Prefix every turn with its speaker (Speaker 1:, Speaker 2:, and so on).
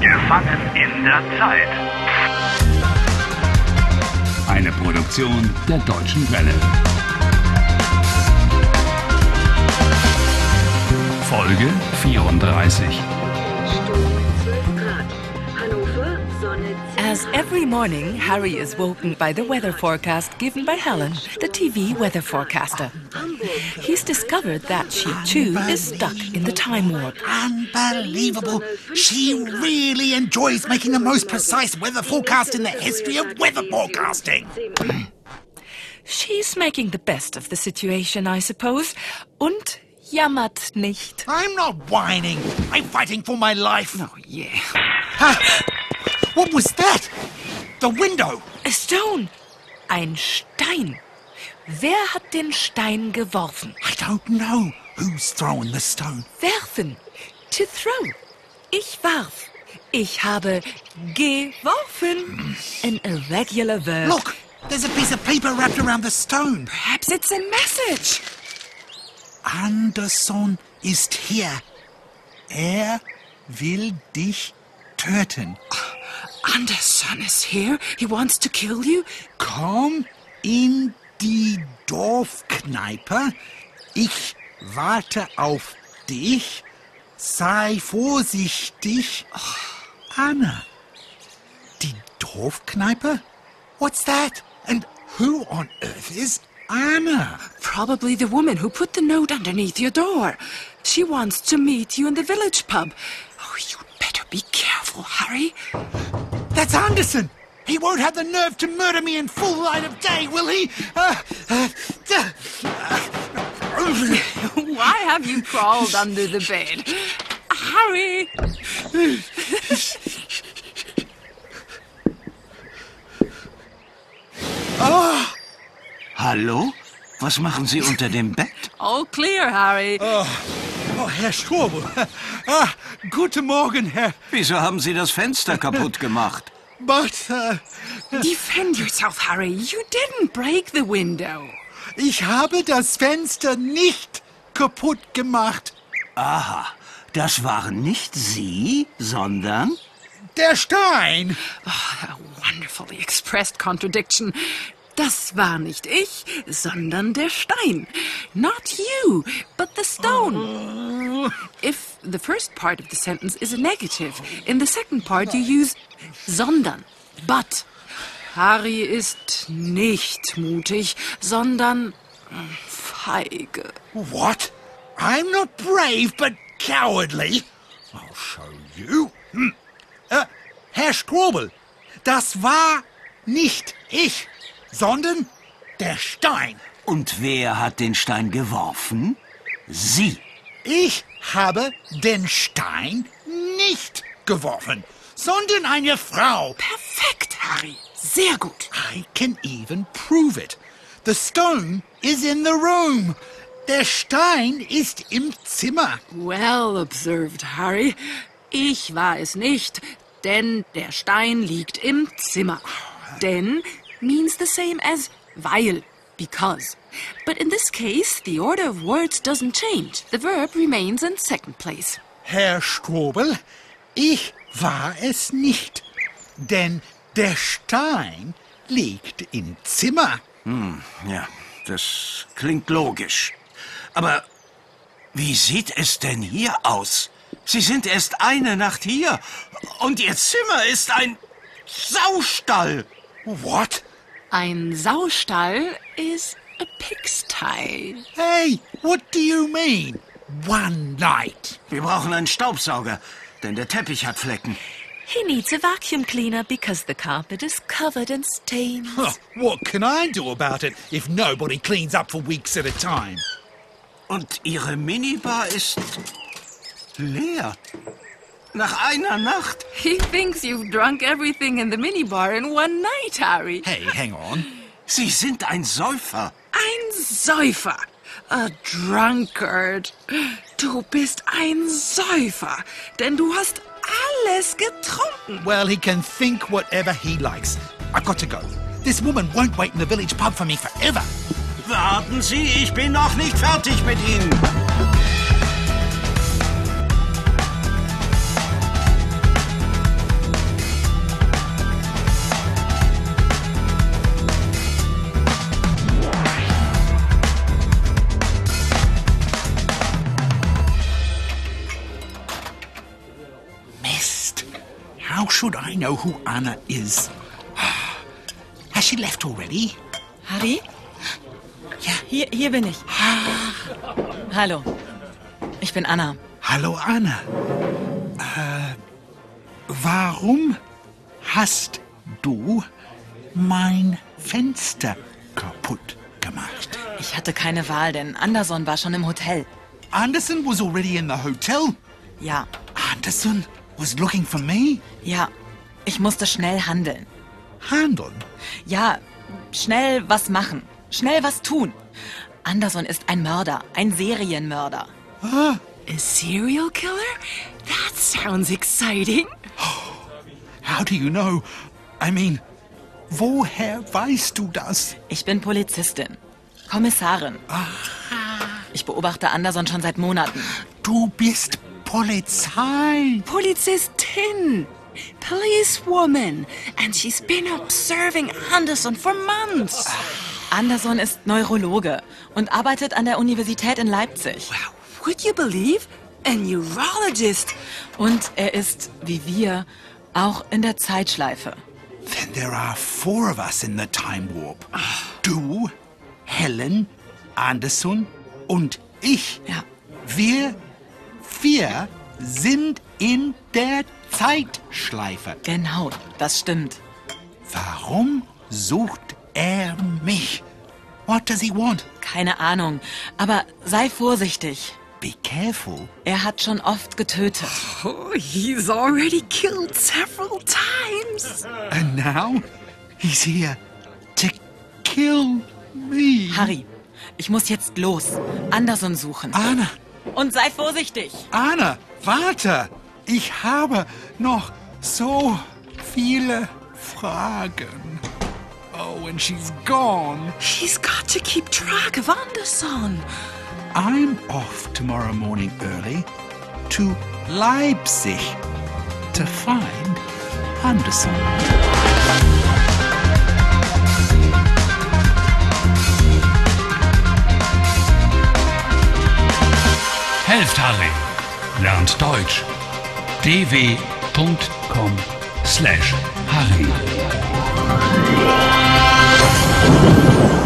Speaker 1: Gefangen in der Zeit.
Speaker 2: Eine Produktion der Deutschen Welle. Folge 34.
Speaker 3: As every morning, Harry is woken by the weather forecast given by Helen, the TV weather forecaster. He's discovered that she too is stuck in the time warp.
Speaker 4: Unbelievable. She really enjoys making the most precise weather forecast in the history of weather forecasting.
Speaker 3: She's making the best of the situation, I suppose, und jammert nicht.
Speaker 4: I'm not whining. I'm fighting for my life.
Speaker 2: Yeah.
Speaker 4: Ah, what was that? The window.
Speaker 3: A stone! Ein Stein! Wer hat den Stein geworfen?
Speaker 4: I don't know who's throwing the stone.
Speaker 3: Werfen! To throw! Ich warf! Ich habe geworfen! An irregular verb.
Speaker 4: Look, there's a piece of paper wrapped around the stone.
Speaker 3: Perhaps it's a message!
Speaker 4: Anderson ist hier. Er will dich töten.
Speaker 3: Anderson is here. He wants to kill you.
Speaker 4: Komm in die Dorfkneipe. Ich warte auf dich. Sei vorsichtig. Anna. Die Dorfkneipe? What's that? And who on earth is Anna?
Speaker 3: Probably the woman who put the note underneath your door. She wants to meet you in the village pub. Oh, you'd better be careful, Harry.
Speaker 4: That's Anderson. He won't have the nerve to murder me in full light of day, will he? Uh, uh, uh, uh,
Speaker 5: Why have you crawled under the bed?
Speaker 3: Harry!
Speaker 6: Hallo? Was machen Sie unter dem Bett?
Speaker 5: All clear, Harry.
Speaker 4: Oh, Herr Strobel. Ah, guten Morgen, Herr.
Speaker 6: Wieso haben Sie das Fenster kaputt gemacht?
Speaker 4: But, äh,
Speaker 5: Defend yourself, Harry. You didn't break the window.
Speaker 4: ich habe das Fenster nicht kaputt gemacht.
Speaker 6: Aha, das waren nicht Sie, sondern...
Speaker 4: Der Stein.
Speaker 5: Oh, A wonderfully expressed contradiction. Das war nicht ich, sondern der Stein. Not you, but the stone. If the first part of the sentence is a negative, in the second part you use sondern, but. Harry ist nicht mutig, sondern äh, feige.
Speaker 4: What? I'm not brave, but cowardly. I'll show you. Hm. Äh, Herr Strobel, das war nicht ich, sondern der Stein.
Speaker 6: Und wer hat den Stein geworfen? Sie.
Speaker 4: Ich habe den Stein nicht geworfen, sondern eine Frau.
Speaker 5: Perfekt, Harry. Sehr gut.
Speaker 4: I can even prove it. The stone is in the room. Der Stein ist im Zimmer.
Speaker 5: Well observed, Harry. Ich war es nicht, denn der Stein liegt im Zimmer. Denn means the same as weil, because. But in this case, the order of words doesn't change. The verb remains in second place.
Speaker 4: Herr Strobel, ich war es nicht, denn der Stein liegt im Zimmer.
Speaker 6: Ja, das klingt logisch. Aber wie sieht es denn hier aus? Sie sind erst eine Nacht hier und Ihr Zimmer ist ein Saustall.
Speaker 4: What?
Speaker 5: Ein Saustall is a pigsty.
Speaker 4: Hey, what do you mean? One night.
Speaker 6: Wir brauchen einen Staubsauger, denn der Teppich hat Flecken.
Speaker 3: He needs a vacuum cleaner because the carpet is covered in stains.
Speaker 4: Huh, what can I do about it if nobody cleans up for weeks at a time?
Speaker 6: Und ihre Minibar ist leer. Nach einer Nacht.
Speaker 5: He thinks you've drunk everything in the minibar in one night, Harry.
Speaker 4: Hey, hang on.
Speaker 6: Sie sind ein Säufer.
Speaker 5: Ein Säufer. A drunkard. Du bist ein Säufer, denn du hast alles getrunken.
Speaker 4: Well, he can think whatever he likes. I've got to go. This woman won't wait in the village pub for me forever.
Speaker 6: Warten Sie, ich bin noch nicht fertig mit Ihnen.
Speaker 4: should I know who Anna is? Has she left already?
Speaker 7: Harry? Ja, hier, hier bin ich. Hallo. Ich bin Anna.
Speaker 4: Hallo Anna. Äh, warum hast du mein Fenster kaputt gemacht?
Speaker 7: Ich hatte keine Wahl, denn Anderson war schon im Hotel.
Speaker 4: Anderson was already in the hotel.
Speaker 7: Ja,
Speaker 4: Anderson was looking for me.
Speaker 7: ja. Ich musste schnell handeln.
Speaker 4: Handeln.
Speaker 7: Ja, schnell was machen. Schnell was tun. Anderson ist ein Mörder, ein Serienmörder.
Speaker 5: A serial killer? That sounds exciting.
Speaker 4: How do you know? I mean, woher weißt du das?
Speaker 7: Ich bin Polizistin, Kommissarin. Ich beobachte Anderson schon seit Monaten.
Speaker 4: Du bist Polizei.
Speaker 5: Polizistin. Policewoman. And she's been observing Anderson for months.
Speaker 7: Anderson ist Neurologe und arbeitet an der Universität in Leipzig.
Speaker 5: Would you believe? A neurologist.
Speaker 7: Und er ist, wie wir, auch in der Zeitschleife.
Speaker 4: Then there are four of us in the time warp. Du, Helen, Anderson und ich.
Speaker 7: Ja.
Speaker 4: Wir vier sind in der Zeitschleife.
Speaker 7: Genau, das stimmt.
Speaker 4: Warum sucht er mich? What does he want?
Speaker 7: Keine Ahnung. Aber sei vorsichtig.
Speaker 4: Be careful.
Speaker 7: Er hat schon oft getötet.
Speaker 5: Oh, he's already killed several times.
Speaker 4: And now he's here to kill me.
Speaker 7: Harry, ich muss jetzt los. Anderson suchen.
Speaker 4: Anna,
Speaker 7: Und sei vorsichtig.
Speaker 4: Anna, warte. Ich habe noch so viele Fragen. Oh, and she's gone.
Speaker 5: She's got to keep track of Anderson.
Speaker 4: I'm off tomorrow morning early to Leipzig to find Anderson.
Speaker 2: Helft Harry. Lernt Deutsch. dw.com/harry.